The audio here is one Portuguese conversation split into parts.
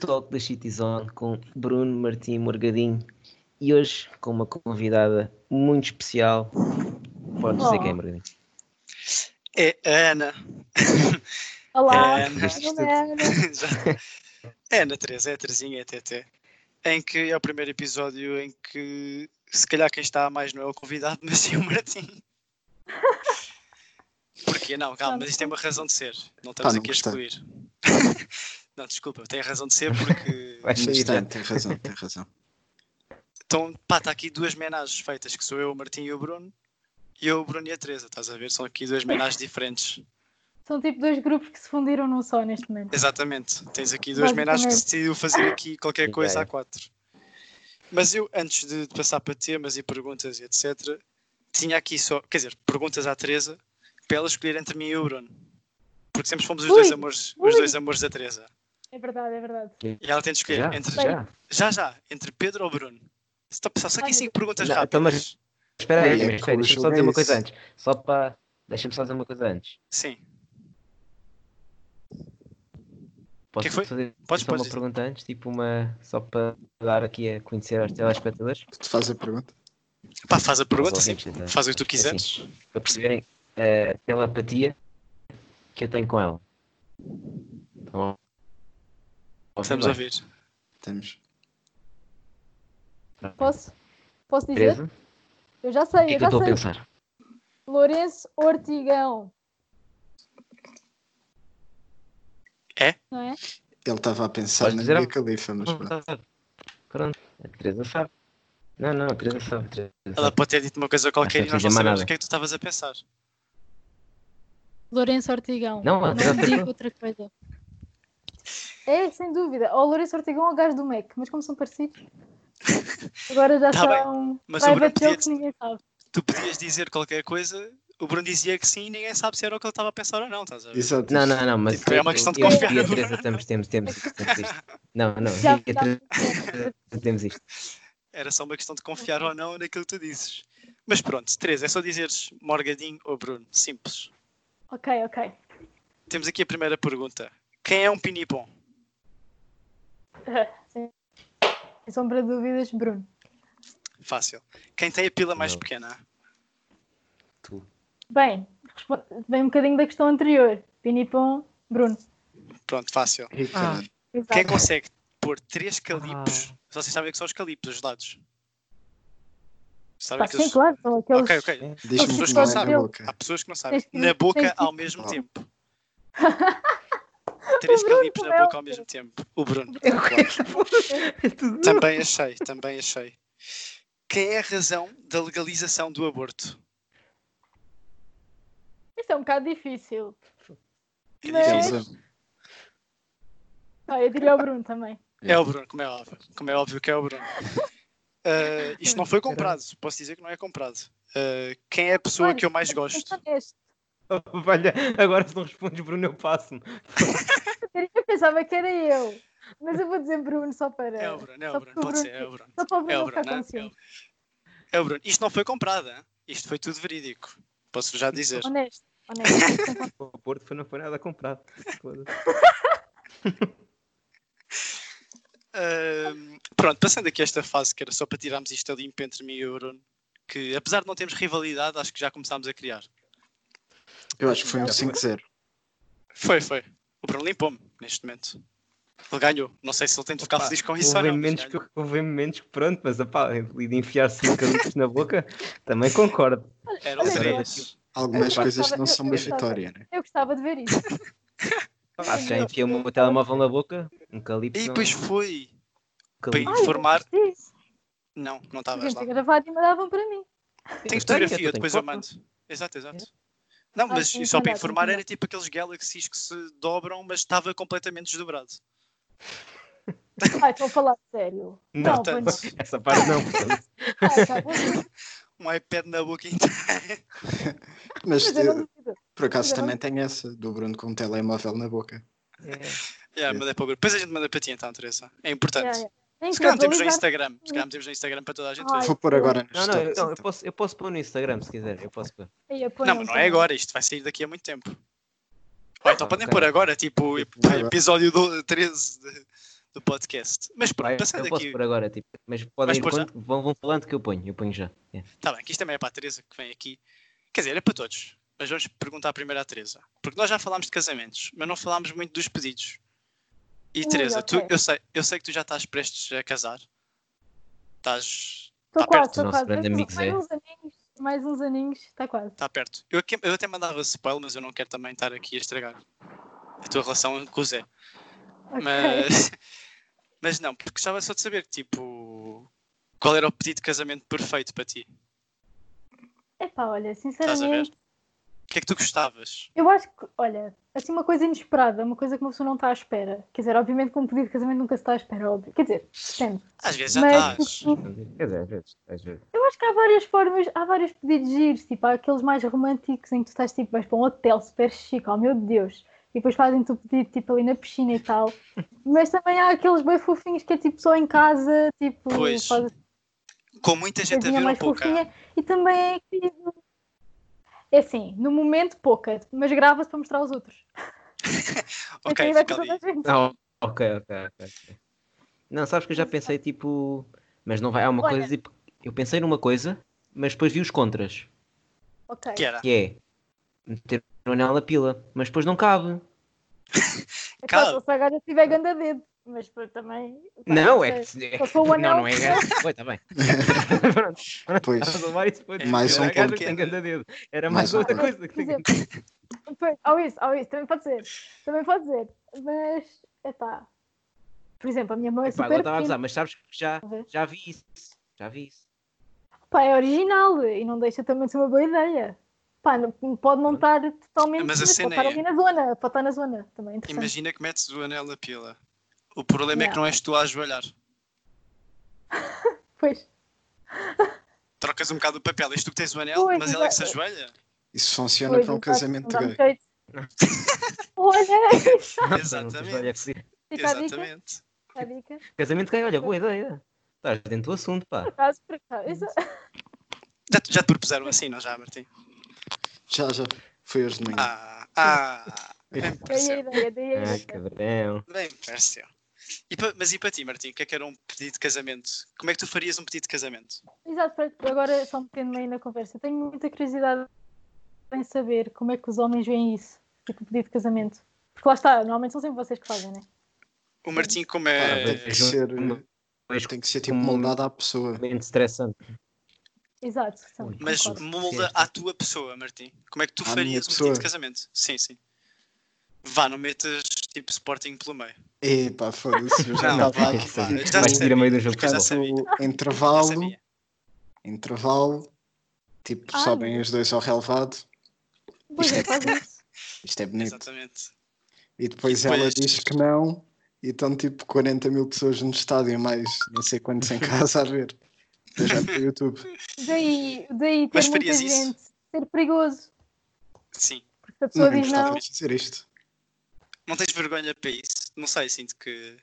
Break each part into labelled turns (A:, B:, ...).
A: Talk da Citizen com Bruno Martim Morgadinho e hoje com uma convidada muito especial. Pode dizer
B: Oh.
A: quem, Morgadinho?
C: É a Ana.
B: Olá,
C: É,
A: mas isto-
B: galera.
C: Já- é a Ana Teresa, é a Terezinha, é a TT. Em que é o primeiro episódio em que se calhar quem está a mais não é o convidado, mas sim o Martim. Porquê? Não, calma, mas isto tem uma razão de ser. Não estamos
D: Tá, não
C: aqui a
D: gostei.
C: excluir. não, desculpa, tem a razão de ser porque
A: Vai sair,
D: Mas
A: já.
D: tem, tem razão, tem razão.
C: Então, pá, está aqui duas menagens feitas, que sou eu, o Martim e o Bruno. E eu, o Bruno e a Teresa, estás a ver? São aqui duas menagens diferentes.
B: São tipo dois grupos que se fundiram num só neste momento.
C: Exatamente. Tens aqui duas menagens que se decidiu fazer aqui qualquer coisa a quatro. Mas eu, antes de de passar para temas e perguntas e etc., tinha aqui só, quer dizer, perguntas à Teresa para ela escolher entre mim e o Bruno. Porque sempre fomos os
B: Ui,
C: dois amores, os
B: ui.
C: dois amores da Teresa.
B: É verdade, é verdade.
C: E ela tem de escolher
A: Já,
C: entre
A: já.
C: já já, entre Pedro ou Bruno. Só, só aqui cinco perguntas
A: Não, então, mas-
C: rápidas.
A: Espera aí,
D: Ui,
A: mas espera, deixa-me só
D: como
C: É
A: dizer uma
D: isso?
A: coisa antes. Só para. Deixa-me só dizer uma coisa antes.
C: Sim.
A: Posso
C: é Que foi?
A: fazer
C: Podes-
A: só uma
C: podes dizer.
A: pergunta antes? Tipo uma. Só para dar aqui a conhecer aos telespectadores?
D: Tu fazes a pergunta?
C: Pá, faz a pergunta,
A: Aos
C: sim.
A: ouvintes, né?
C: Faz o que tu quiseres.
A: Assim, para perceberem eh, a telepatia que eu tenho com ela. Então,
C: Estamos a ouvir.
D: Temos.
B: Posso, posso dizer?
A: Teresa,
B: Eu já
A: o que
B: sei,
A: é
B: eu
A: que eu
B: já
A: estou a
B: sei.
A: pensar?
B: Lourenço Ortigão.
C: É?
B: Não é?
D: Ele estava a pensar
A: Podes
D: na
A: dizer
D: minha
A: algo?
D: califa, mas pronto.
A: Pronto, a Teresa sabe. Não, não, a Teresa sabe. a Teresa
C: Ela
A: sabe.
C: pode ter dito uma coisa
A: Acho que
C: qualquer
A: não
C: e nós
A: precisa
C: não
A: mais
C: sabemos
A: nada.
C: o que é que tu estavas a pensar.
B: Lourenço Ortigão.
A: Não,
B: não
A: até acertou.
B: digo outra coisa. É, sem dúvida. Ou Lourenço Ortigão ou o gajo do MEC, mas como são parecidos, agora já
C: Tá
B: são
C: mas o Bruno
B: private
C: podia-
B: jokes, ninguém sabe.
C: tu podias dizer qualquer coisa, o Bruno dizia que sim e ninguém sabe se era o que ele estava a pensar ou não, estás a ver?
D: Exato.
A: Não, não, não, mas
C: Tipo, é uma questão de
A: eu, eu
C: confiar
A: e a
C: no
A: Teresa
C: Bruno.
A: estamos, temos, temos, isto, temos isto. Não, não,
B: Já
A: eu e a Teresa temos isto.
C: Era só uma questão de confiar ou não naquilo que tu dizes. Mas pronto, Teresa, é só dizeres Morgadinho ou Bruno. Simples.
B: Ok, ok.
C: Temos aqui a primeira pergunta. Quem é um pinipom?
B: Sem sem sombra de dúvidas, Bruno.
C: Fácil. Quem tem a pila mais
A: Não.
C: pequena?
B: Bem, respo- vem um bocadinho da questão anterior. Pinipom, Bruno.
C: Pronto, fácil.
D: Ei,
A: Ah.
D: caralho.
B: Exato.
C: Quem consegue pôr três calipos?
B: Ah.
C: Só vocês sabem o que são os calipos, os lados. Sabem
B: Pá,
C: aqueles...
B: sim, claro, é são aqueles.
C: Ok, ok. Há
D: Diz-me
C: pessoas
D: que
C: que
D: não
C: não
D: é na
B: sabem.
C: Há
D: boca.
C: pessoas que não sabem.
B: Tens que-
C: Na boca
B: tens que-
C: ao mesmo
D: Oh.
C: tempo. Três
B: Bruno
C: calipos na
B: é
C: boca ao
B: ótimo.
C: mesmo tempo. O Bruno.
A: Eu
C: claro. Também achei, também achei. Quem é a razão da legalização do aborto?
B: Isto é um bocado difícil.
C: É,
B: Mas-
D: um
C: difícil.
B: Ah, eu diria ao Bruno também.
C: É o Bruno, como é óbvio. Como é óbvio que é o Bruno. Ah, isto não foi comprado, posso dizer que não é comprado. Ah, quem é a pessoa
B: Olha, então, é
C: que eu mais
B: mas
C: gosto?
B: pensa neste.
A: Olha, agora se não respondes, Bruno, eu passo-me.
B: Eu pensava que era eu. Mas eu vou dizer Bruno só para.
C: É o Bruno, é
B: só
C: o Bruno,
B: porque o
C: pode ser,
B: Bruno-
C: é o Bruno.
B: Só para o
C: É
B: Bruno não
C: o
B: ficar
C: Bruno, não é?
B: consciente.
C: É o Bruno. Isto não foi comprado, hein? isto foi tudo verídico. Posso já dizer.
B: Honesto. Honesto.
A: O Porto foi, não foi nada comprado.
C: Ahm, pronto, passando aqui a esta fase, que era só para tirarmos isto a limpo entre mim e o Bruno, que apesar de não termos rivalidade, acho que já começámos a criar.
D: Eu acho que foi um
A: Já foi.
D: 5-0.
C: Foi, foi. O Bruno limpou-me neste momento. Ele ganhou. Não sei se ele tem de ficar
A: Opa,
C: feliz com isso ou
A: Houve
C: não. mas
A: menos que,
C: ganhou.
A: houve menos que pronto, mas apá, e de enfiar 5 canudos na boca, também concordo.
C: Eram
B: Olha,
C: três.
D: Algumas
A: Eu
D: coisas
B: gostava-
D: não são
B: eu-
D: uma
B: eu gostava-
D: vitória, né?
B: Eu gostava de ver isso.
A: Pá, já enfiou o telemóvel na boca, um calipso.
C: E
A: não,
C: depois foi.
A: um calipso.
C: Ai, Informar-
B: eu fiz isso.
C: Não, não
B: Podiam
C: estavas lá.
B: ter gravado e mandavam para mim.
C: Tem
A: Eu tenho, eu tenho
C: fotografia, depois eu
A: foto.
C: mando. Exato, exato. Não,
B: Ah,
C: mas
B: sim,
C: só para
B: verdade,
C: informar, era
B: verdade.
C: tipo aqueles galaxies que se dobram, mas estava completamente desdobrado.
B: Ai, estou a falar sério.
A: Não,
B: Não, pois
C: Portanto,
A: Essa parte não. portanto.
B: não. Ai, tá bom.
C: um iPad na boca inteira.
B: Mas
D: Mas
B: eu não
D: eu,
B: duvido.
D: por
B: mas
D: acaso
B: eu não-
D: também tem essa, do Bruno com um telemóvel na boca.
A: É.
C: Yeah, mandei para o grupo. Depois a gente manda para ti então, Teresa. É importante.
B: Yeah, yeah. Tem
C: Se
B: que
C: calhar temos no
B: atualizar
C: Instagram. Se calhar temos no Instagram para toda a gente
B: Ai,
C: ver.
D: Vou pôr agora nos
A: Não, não, eu,
D: stories,
A: não, eu
D: então.
A: posso, eu posso pôr no Instagram se quiser. Eu posso pôr.
B: Aí, apoiam
C: Não, mas não é
B: também.
C: agora, isto vai sair daqui a muito tempo. Ou então
A: Ah,
C: podem
A: ok.
C: pôr agora, tipo,
A: Tipo,
C: ep- episódio do- 13 de do podcast. Mas pronto,
A: Vai,
C: passando
A: eu posso
C: aqui.
A: por agora, tipo, mas podem
C: Vais
A: ir
C: pôr já?
A: quando- vão, vão falando que eu ponho, eu ponho já. É.
C: Tá bem, que isto também é para a Teresa que vem aqui. Quer dizer, é para todos. Mas vamos perguntar primeiro à Teresa. Porque nós já falámos de casamentos, mas não falámos muito dos pedidos. E
B: Ui,
C: Teresa, tu-
B: ok.
C: eu, sei, eu sei que tu já estás prestes a casar. Estás.
B: Estou
C: Tá perto
B: quase,
C: do
B: estou
A: nosso
B: quase.
A: grande amigo
B: mais
C: é.
A: Zé.
B: uns aninhos, mais uns aninhos, está quase.
C: Está Tá perto. Eu, aqui- eu até mandava spoiler, mas eu não quero também estar aqui a estragar a tua relação com o Zé.
B: Ok.
C: Mas, mas não, porque gostava só de saber, tipo, qual era o pedido de casamento perfeito para ti?
B: Epá, olha,
C: Estás a ver?
B: sinceramente,
C: O que é que tu gostavas?
B: eu acho que, olha, assim uma coisa inesperada, uma coisa que uma pessoa não está à espera. Quer dizer, obviamente com um pedido de casamento nunca se está à espera, óbvio. Quer dizer, depende.
C: Às vezes já
B: Mas,
C: estás.
B: tipo,
A: Quer dizer, às vezes, às vezes.
B: Eu acho que há várias formas, há vários pedidos giros, tipo, há aqueles mais românticos em que tu estás tipo, vais para um hotel super chique, oh meu Deus, e depois fazem-te o pedido tipo ali na piscina e tal. Mas também há aqueles bem fofinhos que é tipo só em casa, tipo,
C: Pois,
B: faz
C: Com muita
B: a
C: gente a
B: coisinha
C: ver um
B: mais
C: pouco. ah.
B: fofinha e também é querido. É assim, no momento pouca, mas grava-se para mostrar aos outros.
C: Ok,
B: Então vai para
C: fica
B: toda
C: ali.
B: a gente.
A: Ah, ok, ok, ok. ok. Não, sabes que eu já pensei tipo. Mas não vai. Há uma
B: Olha.
A: coisa tipo. Eu pensei numa coisa, mas depois vi os contras.
B: Ok.
C: Que era?
A: Que é meter o anel na pila, mas depois não cabe.
B: É
C: Calma.
B: claro, se a gaja tiver ganda dedo, mas pô, também.
A: Não, é
B: sei.
A: que. é
B: Só
A: que-
B: foi o anel.
A: Não, não é gajo. Foi, tá bem. Pronto,
D: Pois.
A: estás a levar isso para
C: É,
D: mais
A: era
D: um
A: a gaja
C: ponto.
A: que tem ganda dedo. Era
D: Mais
A: mais,
D: um
A: outra
D: ponto.
A: coisa que
B: Por
A: tem
B: exemplo, pois, ou isso, ou isso, também pode ser. Também pode ser. Mas, epá. Por exemplo, a minha mão é
A: Epá, agora
B: super
A: estava a
B: pequena.
A: gozar, mas sabes que já,
B: A ver.
A: já vi isso. Já vi isso.
B: Pá, é original e não deixa também de ser uma boa ideia. Pá, não, pode não estar totalmente.
C: Mas a cena
B: pode estar
C: é-
B: ali na zona, pode estar na zona. Também é interessante.
C: Imagina que metes o anel na pila. O problema é que
B: Não.
C: não és tu a ajoelhar.
B: Pois,
C: Trocas um bocado o papel. Isto tu que tens o anel,
B: Pois,
C: mas ela é que se
B: exato.
C: ajoelha.
D: Isso funciona
B: pois,
D: para um
B: exato,
D: casamento
B: não tá dá
D: de
B: muito
D: gay.
B: jeito. Olha,
C: Exatamente.
B: fica tá a dica.
C: Exatamente.
B: Fica a dica.
A: é Casamento gay, olha, boa ideia. Estás dentro do assunto, pá.
B: Caso por acaso.
C: Hum,
B: Isso-
C: Já, te- já te propuseram assim, não já, Martim?
D: Já, já. Foi hoje de manhã.
C: Ah, ah, bem me
B: Daí a
C: pareceu.
B: ideia, é daí a
A: Ah,
B: ideia.
A: cabrão.
C: Bem me pareceu. E pa- mas e para ti, Martim, o que é que era um pedido de casamento? Como é que tu farias um pedido de casamento?
B: Exato, para- agora só metendo-me aí na conversa. Tenho muita curiosidade em saber como é que os homens veem isso, tipo o pedido de casamento. Porque lá está, normalmente são sempre vocês que fazem, né?
C: O Martim, como
D: Pá,
C: é.
D: tem que ser,
A: Uma- Mas
D: tem que ser tipo
A: como-
D: moldado à pessoa.
A: completamente estressante.
B: Exato, são,
A: Ui,
C: Mas
B: concordo.
C: molda à tua pessoa, Martim. Como é que tu
D: À minha
C: farias um
D: pessoa?
C: pedido de casamento? Sim, sim. Vá, não metas tipo Sporting pelo meio.
D: Epá, foda-se. eu Já
C: Não,
D: estava
C: vai,
D: aqui.
C: vai.
D: tipo,
C: Já
A: Vais
C: sabia,
A: tirar meio do jogo.
C: porque eu já
A: de
C: sabia. Já
D: Intervalo,
C: sabia.
D: intervalo. Tipo,
B: Ai.
D: sobem os dois ao relevado.
B: Pois é,
D: Isto é-
B: faz isso.
D: Isto é bonito.
C: Exatamente.
D: E depois,
C: E depois-
D: ela diz que não, e estão tipo 40 mil pessoas no estádio, mais não sei quantos em casa a ver. Depois vai para o YouTube.
B: Daí, daí ter
C: Mas
B: muita
C: farias isso?
B: gente, ser perigoso,
C: Sim.
B: porque se a pessoa
D: Não
B: diz não.
D: gostava de dizer isto.
C: Não tens vergonha para isso? Não sei, sinto que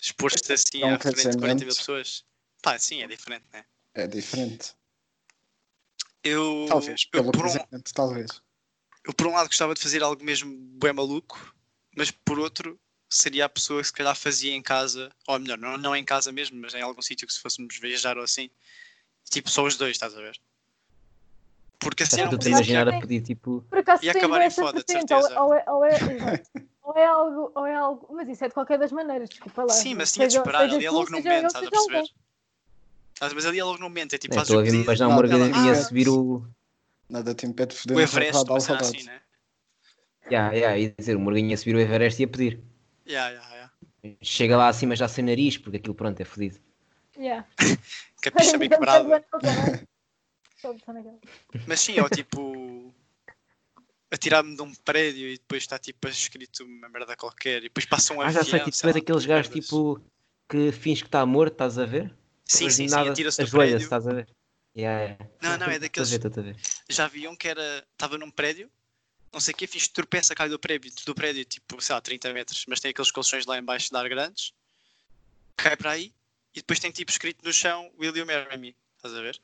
C: expor-te assim
D: É um
C: à frente de 40 mil
D: casamento.
C: pessoas. Pá, sim, é diferente, né?
D: É diferente.
C: Eu,
D: Talvez,
C: eu,
D: pelo
C: por um,
D: presente, talvez.
C: eu por um lado gostava de fazer algo mesmo bem maluco, mas por outro seria a pessoa que se calhar fazia em casa, ou melhor, não, não em casa mesmo, mas em algum sítio que se fôssemos viajar ou assim, tipo só os dois, estás a ver? Porque assim
B: Sim,
A: Estás
C: era
A: tu te
B: não,
C: um
B: mas
A: imaginar
B: tem-
A: a pedir tipo.
B: Por acaso
C: Ia
B: tens
C: acabar em
B: essa
C: foda, de
B: patente, ou-
C: certeza.
B: ou é- ou é- exato. Ou é algo, ou é algo, mas isso é de qualquer das maneiras, desculpa lá.
C: Sim, mas tinha de
B: Seja-
C: esperar,
B: seja
C: ali é
B: tu,
C: logo no
B: seja
C: momento,
B: eu,
C: estás a
B: seja alguém.
C: perceber? Estás- Mas ali é logo no momento, é tipo, fazes
A: né, Estou
C: o
A: a
C: pedido,
A: imaginar uma
D: ela-
A: organização a
C: ah,
A: subir o.
D: Nada te impede de foder
C: o
D: um
C: Everest,
D: relevado ao
C: uma cena
D: relevado.
C: assim, né?
A: Ya, ya, ia dizer, o Morguinho a subir o Everest e a pedir.
C: Yeah, yeah, yeah.
A: Chega lá acima já sem nariz, porque aquilo pronto é fodido.
B: Yeah.
C: Capricha meio quebrada. Mas sim, é o tipo. Atirar-me de um prédio e depois está tipo escrito uma merda qualquer e depois passa um
A: Ah, já
C: avião.
A: sei, tipo, tu
C: sei
A: és
C: lá,
A: aqueles gajos
C: merdas.
A: tipo que finge que está morto, estás a ver?
C: Sim,
A: Mas
C: sim, sim,
A: nada-
C: atira-se do
A: ajoelha-se,
C: prédio.
A: estás a ver? Ya, ya.
C: Não, não,
A: Estou
C: é
A: a
C: daqueles.
A: ver, estou a ver.
C: Já viam que era. Estava num prédio, não sei o que, fiz tropeça, cai do prédio, do prédio, tipo, sei lá, 30 metros, mas tem aqueles colchões lá em baixo de ar grandes, cai para aí e depois tem tipo escrito no chão Will you marry me? Estás a ver?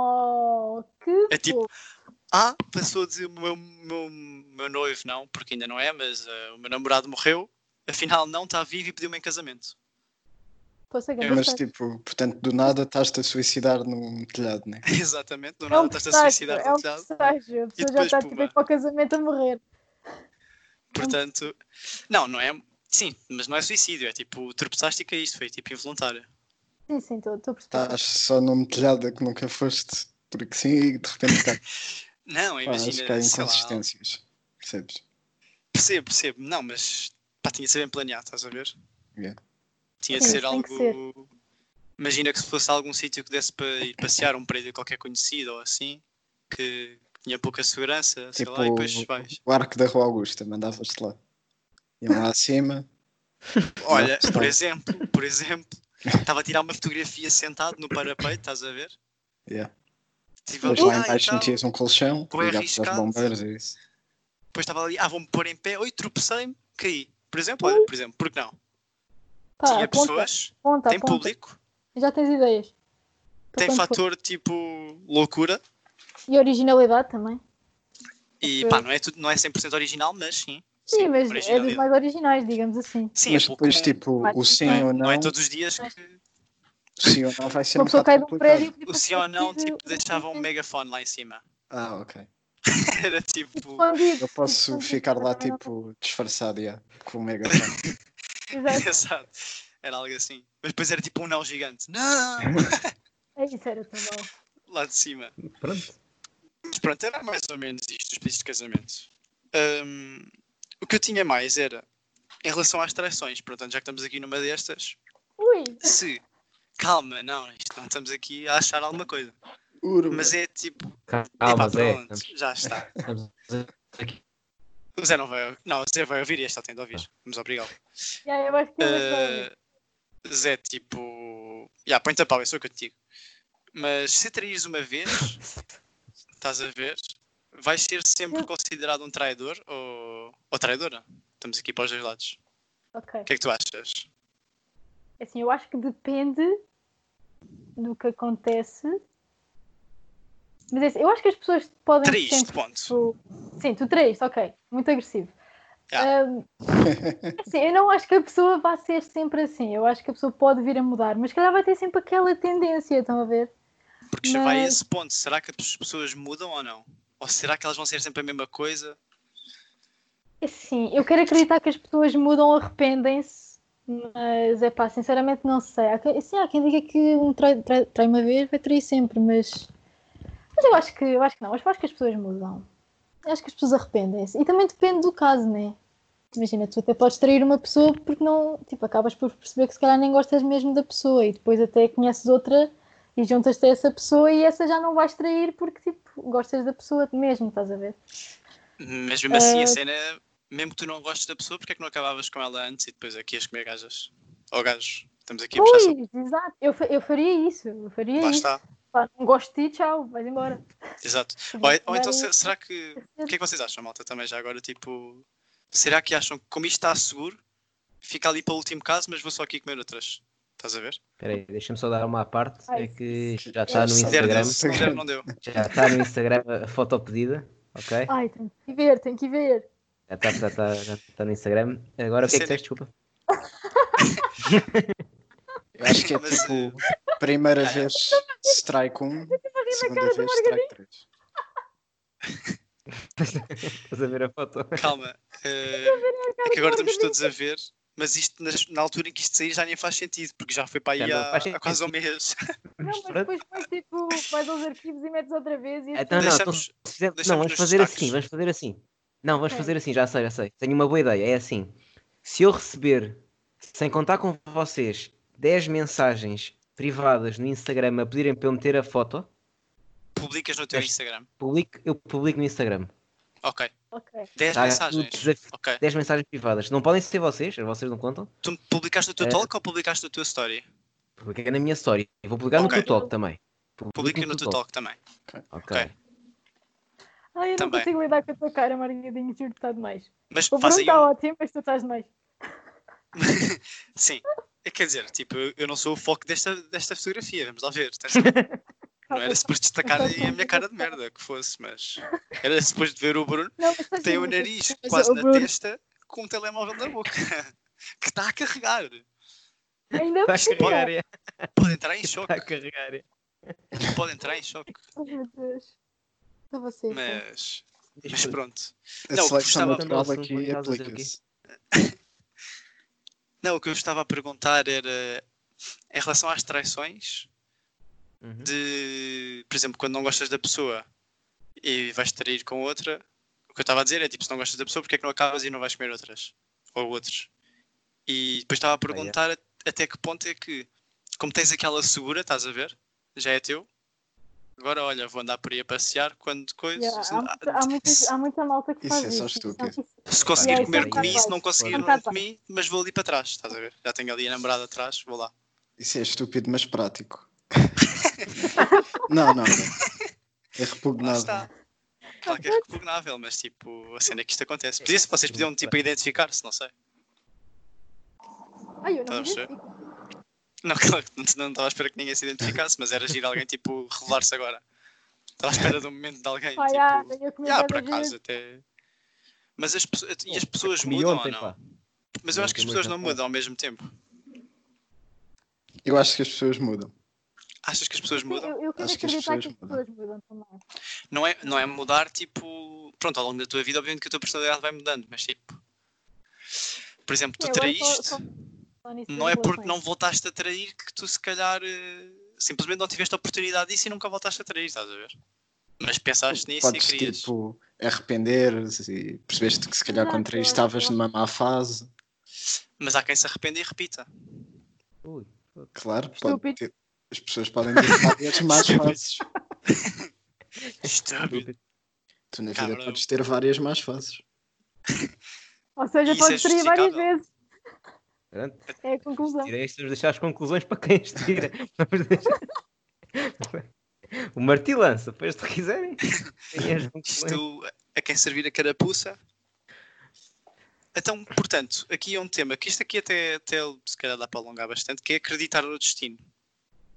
B: Oh, que
C: É tipo-
B: fofo.
C: Ah, passou a dizer o meu, meu, meu noivo, não, porque ainda não é, mas eh, o meu namorado morreu afinal não está vivo e pediu-me em casamento.
B: Posso
C: É,
B: agarrar.
D: Mas tipo, portanto, do nada estás-te a suicidar num telhado, né?
C: Exatamente, do
B: é
C: nada
B: um
C: estás a
B: presságio,
C: suicidar
B: é um
C: telhado.
B: presságio. A pessoa já
C: depois,
B: está tipo,
C: puma.
B: para o casamento a morrer.
C: Portanto, não, não é. Sim, mas não é suicídio, é tipo, tropeçaste e caíste, foi tipo involuntário.
B: Sim, sim, estou a perceber.
D: Estás Tá, só num telhado a que nunca foste, porque sim, e de repente cá,
C: Não,
D: pá, acho
C: imagina,
D: que é há
C: sei lá.
D: inconsistências. Percebes?
C: Percebo, percebo, não, mas pá, tinha de ser bem planeado, estás a ver?
D: Yeah.
C: Tinha de
B: Sim,
C: ser
B: tem
C: algo.
B: que
C: Imagina que se fosse algum sítio que desse para ir passear, um prédio qualquer conhecido ou assim, que tinha pouca segurança, sei
D: Tipo,
C: lá, e depois vais.
D: o arco da Rua Augusta, mandavas-te lá. Iam lá acima,
C: Olha,
D: Não,
C: por
D: não.
C: exemplo, por exemplo, estava a tirar uma fotografia sentado no parapeito, estás a ver?
D: yeah.
C: Estive
D: mas
C: ali,
D: lá
C: ah,
D: em
C: e
D: baixo
C: tal.
D: metias um colchão,
C: Bué
D: ligavas aos
C: arriscado.
D: bombeiros e isso.
C: Depois estava ali, ah, vou-me pôr em pé, oi, tropecei-me, caí. Por exemplo, olha, por exemplo, porque não?
B: Pá,
C: Tinha
B: Tá, aponta,
C: pessoas,
B: aponta,
C: tem
B: aponta.
C: público,
B: Já tens ideias. Para
C: tem
B: quando for.
C: fator tipo loucura
B: E originalidade também.
C: e
B: Ok.
C: pá, não é, tudo, não é 100% original, mas sim.
B: Sim, mas é
C: originalidade.
B: dos mais originais, digamos assim.
C: Sim,
D: mas
C: é pouco,
D: depois, tipo,
B: Vai,
D: o sim
B: não é-
D: ou não,
C: não é todos os dias que
D: sim ou não vai ser
B: Uma
D: um
B: pessoa
D: bocado
B: cai de um
D: complicado.
B: prédio.
C: o sim ou não, tipo, deixavam um
B: meio.
C: megafone lá em cima.
D: Ah, ok.
C: Era tipo,
D: Eu posso ficar lá, tipo, disfarçado, yeah, com o megafone.
C: exato, era algo assim. Mas depois era tipo um não gigante, não,
B: É isso, era tão bom.
C: lá de cima.
A: Pronto.
C: Mas pronto, era mais ou menos isto, os pedidos de casamento. Ahm, o que eu tinha mais era, em relação às traições, portanto, já que estamos aqui numa destas,
B: Ui,
C: se. Calma, não, isto não estamos aqui a achar alguma coisa.
D: Uru,
C: Mas é tipo.
A: Calma,
C: Epá,
A: Zé.
C: pronto, já está.
A: Estamos aqui.
C: O Zé não vai. Não, o Zé vai ouvir e este está tendo a ouvir. Vamos obrigá-lo.
B: já, eu acho que é ele vai
C: Ah, Zé, tipo. Já, põe-te a pau, eu sou o que eu te digo. Mas se traíres uma vez, estás a ver, vais ser sempre considerado um traidor ou, ou traidora. Estamos aqui para os dois lados.
B: Ok.
C: O que é que tu achas?
B: Assim, eu acho que depende do que acontece. Mas é assim, eu acho que as pessoas podem. se
C: Triste,
B: sentir,
C: ponto.
B: tipo, Sim, tu traíste, ok. Muito agressivo.
C: Ah.
B: Ahm, assim, eu não acho que a pessoa vá ser sempre assim. Eu acho que a pessoa pode vir a mudar, mas se calhar vai ter sempre aquela tendência, estão a ver?
C: Porque já vai a
B: mas-
C: esse ponto. Será que as pessoas mudam ou não? Ou será que elas vão ser sempre a mesma coisa?
B: Assim, eu quero acreditar que as pessoas mudam, arrependem-se, mas é pá, sinceramente não sei. Há quem, sim, há quem diga que um trai, trai, trai uma vez, vai trair sempre, mas. Mas eu acho que, eu acho que não, eu acho que as pessoas mudam. Eu acho que as pessoas arrependem-se. E também depende do caso, né? Imagina, tu até podes trair uma pessoa porque não. Tipo, acabas por perceber que se calhar nem gostas mesmo da pessoa e depois até conheces outra e juntas-te a essa pessoa e essa já não vais trair porque, tipo, gostas da pessoa mesmo, estás a ver?
C: Mas mesmo assim,
B: Ah.
C: a cena, mesmo que tu não gostes da pessoa, porque é que não acabavas com ela antes e depois aqui as comer gajas? Ou gajos? Estamos aqui a puxar sobre.
B: Pois, exato. Eu, fa- eu faria isso. Eu faria
C: Lá
B: isso.
C: está.
B: Pá, não gosto de ti, tchau, vais embora.
C: Exato. Ou, ou então,
B: Agora,
C: se- será que. O que é que vocês acham, malta, também já agora? Tipo, será que acham que como isto está seguro, fica ali para o último caso, mas vou só aqui comer outras? Estás a ver?
A: Espera aí, deixa-me só dar uma à parte.
B: Ai,
A: É que já está no
D: se
C: Se der,
A: Instagram.
C: deu, se não der, não deu.
A: Já está no Instagram a foto pedida. Ok?
B: Ai, tenho que ver, tenho que ver.
A: Já está já tá, já tá no Instagram. Agora o que é que
C: Sério?
A: disseste? Desculpa.
D: Eu acho que é
C: Mas,
D: tipo, primeira vez strike 1, segunda vez strike 3.
A: Estás a ver a foto?
C: Calma. eh, é que agora estamos todos a ver, mas isto nas- na, altura em que isto sair já nem faz sentido, porque já foi para
A: Já
C: aí
A: não
C: há,
A: faz sentido.
C: há quase um mês.
B: Não, mas
A: Pronto.
B: depois vais, tipo, vais aos arquivos e metes outra vez e assim,
A: Então, não,
C: Deixamos-
A: então, se fizer-
C: deixamos
A: não, vamos
C: nos
A: fazer
C: destaques.
A: assim, vamos fazer assim. Não, vamos
B: Ok.
A: fazer assim, já sei, já sei. Tenho uma boa ideia, é assim. Se eu receber, sem contar com vocês, 10 mensagens privadas no Instagram a pedirem para eu meter a foto,
C: Publicas no teu
A: Mas-
C: Instagram.
A: publico- eu publico no Instagram.
C: Ok.
B: Ok.
C: 10
A: Tá,
C: mensagens.
A: o desafio-
C: Ok.
A: 10 mensagens privadas. Não podem ser vocês, vocês não contam.
C: Tu publicaste no teu
A: Eh,
C: talk ou publicaste no teu story?
A: Publiquei é na minha story. Eu vou publicar
C: Ok.
A: no teu talk também.
C: Publica no teu
A: Tutalk.
C: talk também.
A: Ok.
C: Ok.
B: Ai, eu não
C: Também.
B: consigo lidar com a tua cara, Marinhadinho, juro que está demais.
C: Mas
B: O
C: faz
B: Bruno
C: aí
B: está
C: um,
B: ótimo, mas tu estás demais.
C: Sim. É, Quer dizer, tipo, eu- eu não sou o foco desta, desta fotografia, vamos lá ver. Tens- Não era assim. suposto destacar aí a minha cara de merda que fosse, mas era suposto ver o Bruno
B: Não, mas estás
C: que tem o
B: bonito.
C: nariz
B: Mas
C: quase
B: o
C: na
B: Bruno-
C: testa com um telemóvel na boca. que está a carregar.
B: Ainda um
A: Está a
B: por
A: carregar,
B: cima.
A: é.
C: Pode entrar em choque.
A: Está a carregar, é.
C: Pode entrar em choque.
B: Oh, meu Deus.
D: Então
B: Estou a ser.
C: Mas, mas
A: Desculpa.
C: pronto.
D: A
C: Não,
D: seleção
C: gostava-
D: natural
A: Nelson, por
D: aqui
A: acaso, dizer o
D: aplica-se.
C: Não, o que eu estava a perguntar era em relação às traições,
A: Uhum.
C: de por exemplo, quando não gostas da pessoa e vais trair com outra, o que eu estava a dizer é tipo, se não gostas da pessoa, porque é que não acabas e não vais comer outras ou outros? E depois estava a perguntar até que ponto é que, como tens aquela segura, estás a ver? Já é teu. Agora, olha, vou andar por aí a passear quando coisa.
B: Yeah,
C: se-
B: há, muita- há muitas- há muita malta que
D: Isso
B: faz
D: é só
B: isso.
D: estúpido.
B: Isso-
C: Se conseguir
B: Yeah, isso é um
C: comer,
B: bocado
C: comi. Se não
B: baixo.
C: conseguir,
B: É um
C: não
B: bocado
C: comi. Mas vou ali para trás, estás a ver? Já tenho ali a namorada atrás, vou lá.
D: Isso é estúpido, mas prático. não, não, não. É
C: Lá
D: repugnável.
C: está. Claro que é repugnável, mas tipo, a cena é que isto acontece. Por isso vocês podiam tipo identificar-se, não sei.
B: Ai, eu não me
C: Estás Tá a
B: identifico.
C: Não, claro que não, não estava à espera que ninguém se identificasse, mas era giro alguém tipo revelar-se agora. Estava à espera de um momento de alguém.
B: Ai, ah,
C: tipo,
B: tenho a comer
C: ah,
B: bué
C: por
B: da
C: acaso
B: vezes.
C: até. Mas as, pesso- e as pessoas
A: Comi
C: mudam
A: ontem,
C: ou não?
A: pá.
C: Mas eu acho que as
A: Ontem,
C: pessoas
A: muito
C: não
A: bem.
C: mudam ao mesmo tempo.
D: Eu acho que as pessoas mudam.
C: Achas que as pessoas
B: Sim,
C: mudam?
B: Eu, eu quero
D: Acho que as
B: acreditar que
D: pessoas
B: as
D: mudam.
B: pessoas mudam também.
C: Não é, não é mudar, tipo. Pronto, ao longo da tua vida, obviamente que a tua personalidade vai mudando, mas tipo. Por exemplo, tu
B: Sim, agora só-
C: traíste.
B: só- só nisso
C: Não
B: das
C: é porque
B: relações.
C: não voltaste a trair que tu, se calhar, eh, simplesmente não tiveste a oportunidade disso e nunca voltaste a trair, estás a ver? Mas pensaste nisso
D: Podes,
C: e é querias.
D: tipo, arrepender e percebeste que se calhar
B: Exato,
D: quando
B: eu
D: traíste
B: acho
D: estavas
B: que-
D: numa má fase.
C: Mas há quem se arrependa e repita.
A: Ui, foda-se.
D: Claro, pode
B: Estúpido.
D: ter- as pessoas podem ter várias más fases.
C: Estúpido.
D: Tu na vida
C: Cabrão.
D: podes ter várias más fases.
B: Ou seja,
C: Isso é
B: pode trair várias
C: justificável.
B: vezes.
A: Pronto,
B: É a conclusão.
A: tirei estas, deixar as conclusões para quem as tira. Vamos deixar- o martilança, depois se quiserem. Tem as conclusões.
C: Isto a quem servir a carapuça. Então, portanto, aqui é um tema que isto aqui até, até se calhar dá para alongar bastante, que é acreditar no destino.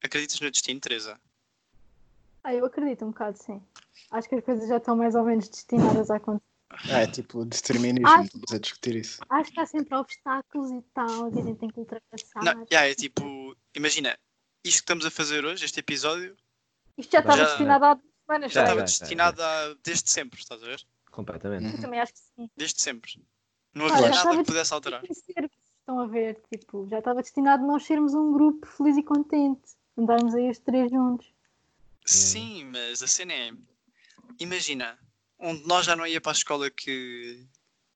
C: Acreditas no destino, Teresa?
B: Ah, eu acredito um bocado, sim. Acho que as coisas já estão mais ou menos destinadas a acontecer.
D: Ah, é tipo determinismo,
B: Ai.
D: estamos a discutir isso.
B: Acho que há sempre obstáculos e tal que a gente tem que ultrapassar.
C: Não, já é tipo, imagina, isto que estamos a fazer hoje, este episódio,
B: Isto já estava
C: Já-
B: destinado há duas semanas.
C: já
A: Já,
C: estava
A: já, já,
C: destinado a- desde sempre, estás a ver?
A: Completamente.
C: Hum.
D: Uhum.
B: Eu também acho que sim. é
C: Desde sempre. Não
B: Ah,
C: havia
B: já
C: nada
B: estava
C: que pudesse alterar.
B: Conhecer, Estão a ver, tipo, já estava destinado a nós sermos um grupo feliz e contente. Andarmos aí os três juntos.
C: Sim, mas a cena é. Imagina, um de nós já não ia para a escola que.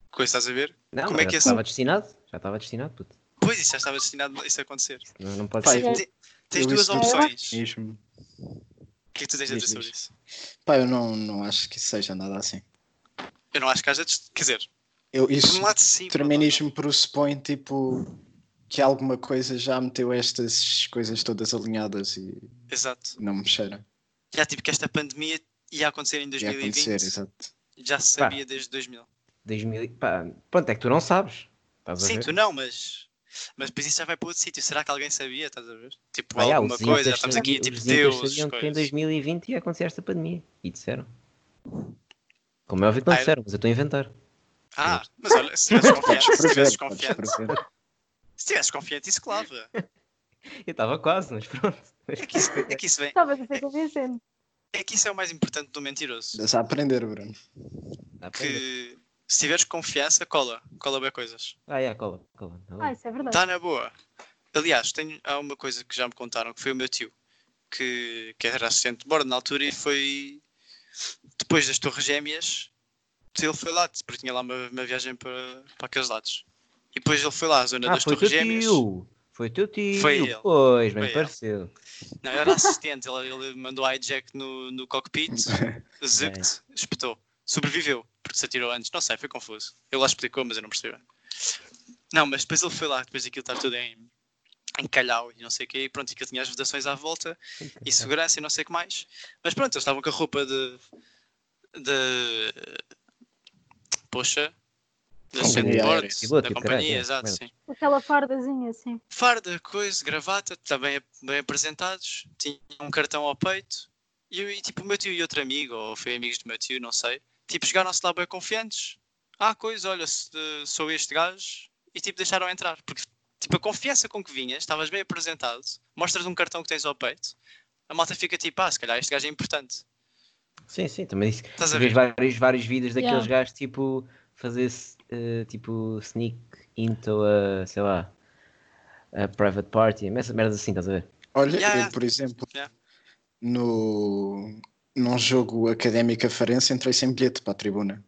C: Coisa, estás a ver?
A: Não,
C: Como
A: mas
C: é que
A: já
C: é
A: estava destinado. Já estava destinado, puto.
C: Pois, isso já estava destinado a isso acontecer.
A: Não, não pode
D: Pai,
A: ser.
D: eu-
C: Te- tens
D: eu
C: duas
D: isso não-
C: opções. O
D: Mesmo.
C: que é que tu tens a dizer
D: Diz,
C: sobre
D: diz.
C: isso?
D: Pá, eu não, não acho que isso seja nada assim.
C: Eu não acho que haja. des- Quer dizer,
D: Eu,
C: por
D: isso,
C: um lado, sim. por outro lado,
D: determinismo pressupõe tipo que alguma coisa já meteu estas coisas todas alinhadas e
C: não. Exato.
D: não mexeram.
C: Já tipo que esta pandemia ia acontecer em
D: E a acontecer,
C: 2020.
D: exato.
C: Já se sabia desde 2000.
A: 2000 e- pá, pronto, é que tu não sabes. Estás a
C: Sim,
A: ver?
C: tu não, mas. Mas depois isso já vai para outro sítio. Será que alguém sabia? Estás a ver? Tipo,
A: Pá, já, ah, os
C: alguma
A: incas
C: coisa. Já estamos
A: sabiam-
C: aqui, tipo,
A: os incas
C: Deus.
A: sabiam que em
C: coisas.
A: 2020 ia acontecer esta pandemia. E disseram. Como é óbvio que
C: Ah,
A: não
C: eu-
A: disseram, mas eu estou a inventar.
C: Ah, mas olha, se tivesses confiante, se
D: Podes
C: tivesses
D: prever, podes
C: confiante,
D: prever.
C: se tivesses confiante, isso clava.
A: Eu estava quase, mas pronto. Mas-
C: É que isso, é que isso vem.
B: Estavas a ser convincente.
C: É que isso é o mais importante do mentiroso.
D: Estás a aprender, Bruno.
A: dá para ver.
C: Que se tiveres confiança, cola. Cola bem coisas.
A: Ah, é, cola, cola.
B: Ah, isso é verdade.
C: Está na boa. Aliás, tenho, há uma coisa que já me contaram, que foi o meu tio, que, que era assistente de bordo na altura e foi depois das Torres Gêmeas, ele foi lá, porque tinha lá uma, uma viagem para, para aqueles lados. E depois ele foi lá à zona
A: Ah,
C: das
A: foi o
C: Torres
A: teu
C: Gêmeas.
A: tio. Foi o teu tio.
C: Foi ele.
A: Pois, bem
C: Foi ele.
A: pareceu.
C: Não, eu era assistente, ele, ele mandou hijack no, no cockpit, zipped, espetou, sobreviveu, porque se atirou antes, não sei, foi confuso. Ele lá explicou, mas eu não percebi. Não, mas depois ele foi lá, depois aquilo está tudo em, em calhau e não sei o quê, e pronto, aquilo tinha as vedações à volta e segurança e não sei o que mais. Mas pronto, eles estavam com a roupa de. de. Poxa. Da
D: Companhia
C: Ascendant
D: aérea,
C: Board,
A: piloto
C: da
A: e o caralho,
C: companhia,
A: é,
C: exato,
A: merda.
C: sim
B: Aquela fardazinha, assim.
C: farda, coisa, gravata, está bem, bem apresentados, tinha um cartão ao peito, e, eu- e tipo o meu tio e outro amigo, ou foi amigos do meu tio, não sei, tipo chegaram-se lá bem confiantes, ah coisa, olha, se- eh, sou este gajo, e tipo deixaram entrar. Porque tipo, a confiança com que vinhas, estavas bem apresentado, mostras um cartão que tens ao peito, a malta fica tipo, ah, se calhar este gajo é importante.
A: Sim, sim, também isso.
C: Estás a
A: Tu vês
C: ver?
A: vários, vários vídeos daqueles
B: Yeah.
A: gajos tipo fazer eh, tipo sneak into a sei lá a private party, essas merdas assim, estás a ver?
D: Olha,
C: Yeah, yeah.
D: eu, por exemplo,
C: Yeah.
D: no, num jogo académico a Farense, entrei sem bilhete para a tribuna.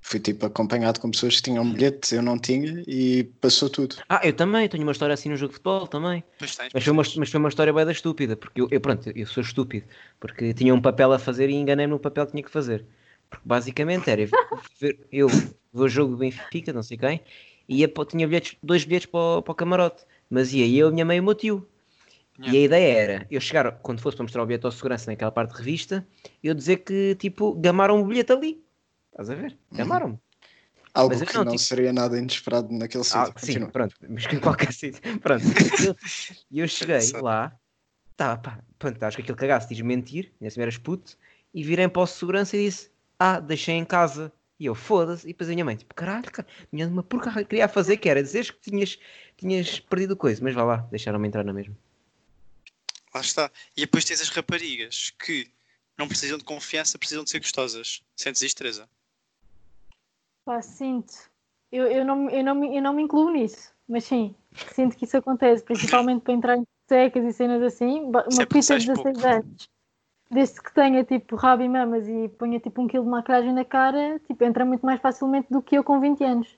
D: Fui tipo acompanhado com pessoas que
A: Uhum.
D: tinham bilhete, eu não tinha, e passou tudo.
A: Ah, eu também tenho uma história assim no jogo de futebol também.
C: Pois tens.
A: Mas foi uma, mas foi uma história bem da estúpida, porque eu, eu, pronto, eu sou estúpido, porque tinha um papel a fazer e enganei-me no papel que tinha que fazer. Porque basicamente era ver- eu vou jogo do Benfica, não sei quem, e ia, para- tinha bilhetes, dois bilhetes para o, para o camarote, mas ia eu, a minha mãe e o meu tio. E a ideia era eu chegar, quando fosse para mostrar o bilhete ao segurança naquela parte de revista, eu dizer que tipo, gamaram o bilhete ali. Estás a ver? Gamaram-me.
D: Algo
A: Mas eu
D: que
A: não,
D: não,
A: tipo-
D: seria nada inesperado naquele
A: Ah,
D: sítio.
A: sim,
D: Continua.
A: pronto, mas que em qualquer sítio. Pronto, E eu, e eu cheguei
C: Engraçado.
A: lá, tá, pá, pronto, acho que aquele cagaço diz mentir, ainda assim eras puto, e virei para o segurança e disse: Ah, deixei em casa. E eu, foda-se, e depois a minha mãe, tipo, caralho, cara, minha uma porca que queria fazer, que era dizeres que tinhas, tinhas perdido coisa, mas vá lá, deixaram-me entrar na mesma.
C: Lá está. E depois tens as raparigas que não precisam de confiança, precisam de ser gostosas. Sentes isto, Teresa?
B: Pá, sinto. Eu, eu, não, eu, não, me- eu não me incluo nisso, mas sim, sinto que isso acontece, principalmente para entrar em secas e cenas assim. ba-
C: Isso
B: Uma pita
C: é processo
B: de 16
C: pouco.
B: anos, desde que tenha tipo rabo e mamas e ponha tipo um quilo de maquilhagem na cara, tipo, entra muito mais facilmente do que eu com 20 anos.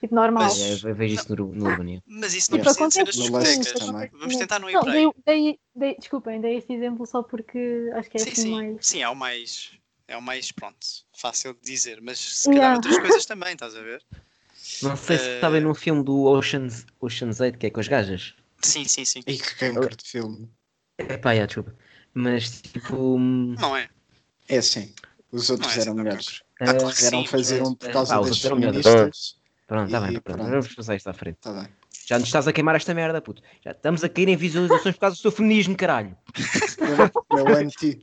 B: Tipo, normal.
C: Mas-
A: É, eu vejo isso no, no Urbania.
C: Mas isso não
D: Tipo,
C: precisa de ser nas
D: acontece muito,
C: discotecas.
D: isso acontece
C: Vamos tentar não ir
B: Não,
C: é para aí.
B: dei, dei, dei, desculpem, dei este exemplo só porque acho que é
C: Sim,
B: assim
C: sim.
B: mais.
C: Sim, é o mais. É o mais, pronto, fácil de dizer. Mas se
B: Yeah.
C: calhar outras coisas também, estás a ver?
A: Não sei se
C: Eh,
A: sabem num filme do Ocean's, Ocean's 8, que é com as gajas.
C: Sim, sim, sim.
D: E que cancro de filme.
A: Epá, já, desculpa. Mas tipo. hum,
C: Não é?
D: É assim. Os outros
C: Não, é
D: eram
C: assim,
D: melhores.
C: Tá
A: eh,
C: claro que
D: Quiseram
C: sim, é
D: fazer um por causa
A: Ah, os outros
D: das
A: eram melhores.
D: feministas.
A: Pronto, está
D: E
A: bem, pronto.
D: pronto.
A: Vamos passar isto à frente.
D: Tá bem.
A: Já nos estás a queimar esta merda, puto. Já estamos a cair em visualizações por causa do seu feminismo, caralho.
D: Meu anti.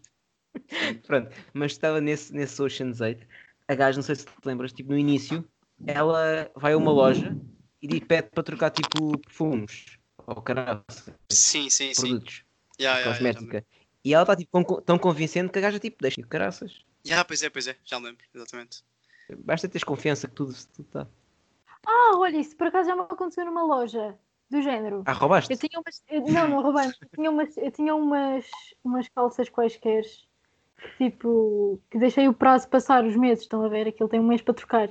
A: Pronto, mas estava nesse, nesse Ocean's 8. A gaja, não sei se te lembras, tipo, no início, ela vai a uma loja e diz- pede para trocar, tipo, perfumes. Ou caralho,
C: Sim, sim, sim.
A: produtos, Ah,
C: Yeah, yeah, yeah, já me-
A: cosmética. e ela está, tipo, tão, tão convincente que a gaja, tipo, deixa o caraças.
C: yeah, pois é, pois é. Já me lembro, exatamente.
A: Basta teres confiança que tudo tá. está.
B: Ah, olha, isso por acaso já me aconteceu numa loja do género.
A: Ah, roubaste?
B: Eu tinha umas. eu- não, não roubei, mas eu tinha umas, eu tinha umas, umas calças quaisquer, tipo, que deixei o prazo passar, os meses, estão a ver? Aquilo tem um mês para trocar.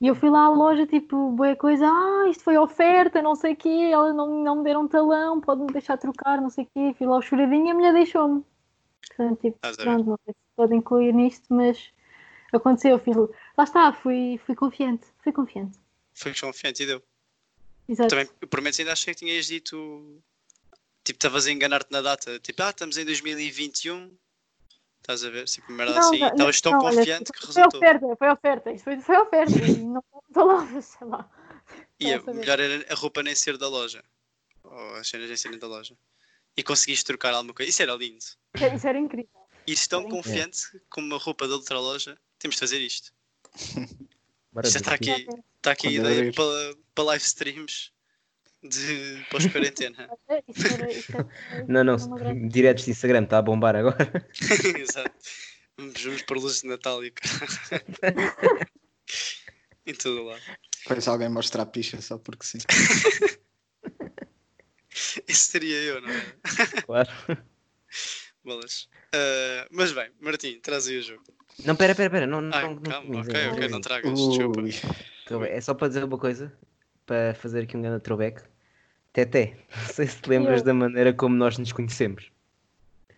B: E eu fui lá à loja, tipo, boa coisa, ah, isto foi oferta, não sei o quê, elas não, não me deram talão, pode-me deixar trocar, não sei o quê. Fui lá ao choradinho e a mulher deixou-me. Portanto, tipo,
C: Estás a ver?
B: pronto, não sei se pode incluir nisto, mas aconteceu, fui, lá está, fui, fui confiante, fui confiante.
C: Foi confiante e deu.
B: Exato.
C: Também, eu, por menos ainda achei que tinhas dito. Tipo, estavas a enganar-te na data. Tipo, ah, estamos em 2021. Estás a ver? Tipo, merda assim.
B: não,
C: Estavas tão
B: não, olha,
C: confiante que
B: Foi
C: resultou.
B: oferta, foi oferta, isto foi, foi oferta. não estou lá, sei lá.
C: E a
B: Estava a saber.
C: melhor era a roupa nem ser da loja. Ou as cenas nem serem da loja. E conseguiste trocar alguma coisa. Isso era lindo.
B: Isso era incrível.
C: E tão
B: Sim.
C: confiante com uma roupa da outra loja. Temos de fazer isto.
B: um
A: Bora dizer.
C: Isto está aqui, está aqui a
D: Quando
C: ideia
D: abrir.
C: para, para live streams de pós-quarentena.
B: Isso era, isso era,
A: Não, não,
B: isso era uma grande-
A: diretos de Instagram, está a bombar agora.
C: Exato. Vamos, vamos para luzes de Natal e o caralho. Em tudo lá.
D: Depois alguém mostra a picha só porque sim.
C: Esse seria eu, não é?
A: Claro.
C: Bolas. Ah, mas bem, Martim, traz aí o jogo.
A: Não, pera, pera, pera. Não, não,
C: Ah,
A: não,
C: calma,
A: termines
C: ok,
A: ainda,
C: ok,
A: termines.
C: não tragas. Desculpa.
D: Ui,
A: Tá bem, É só para dizer uma coisa, para fazer aqui um grande throwback. Teté, não sei se te lembras
B: Eu.
A: da maneira como nós nos conhecemos.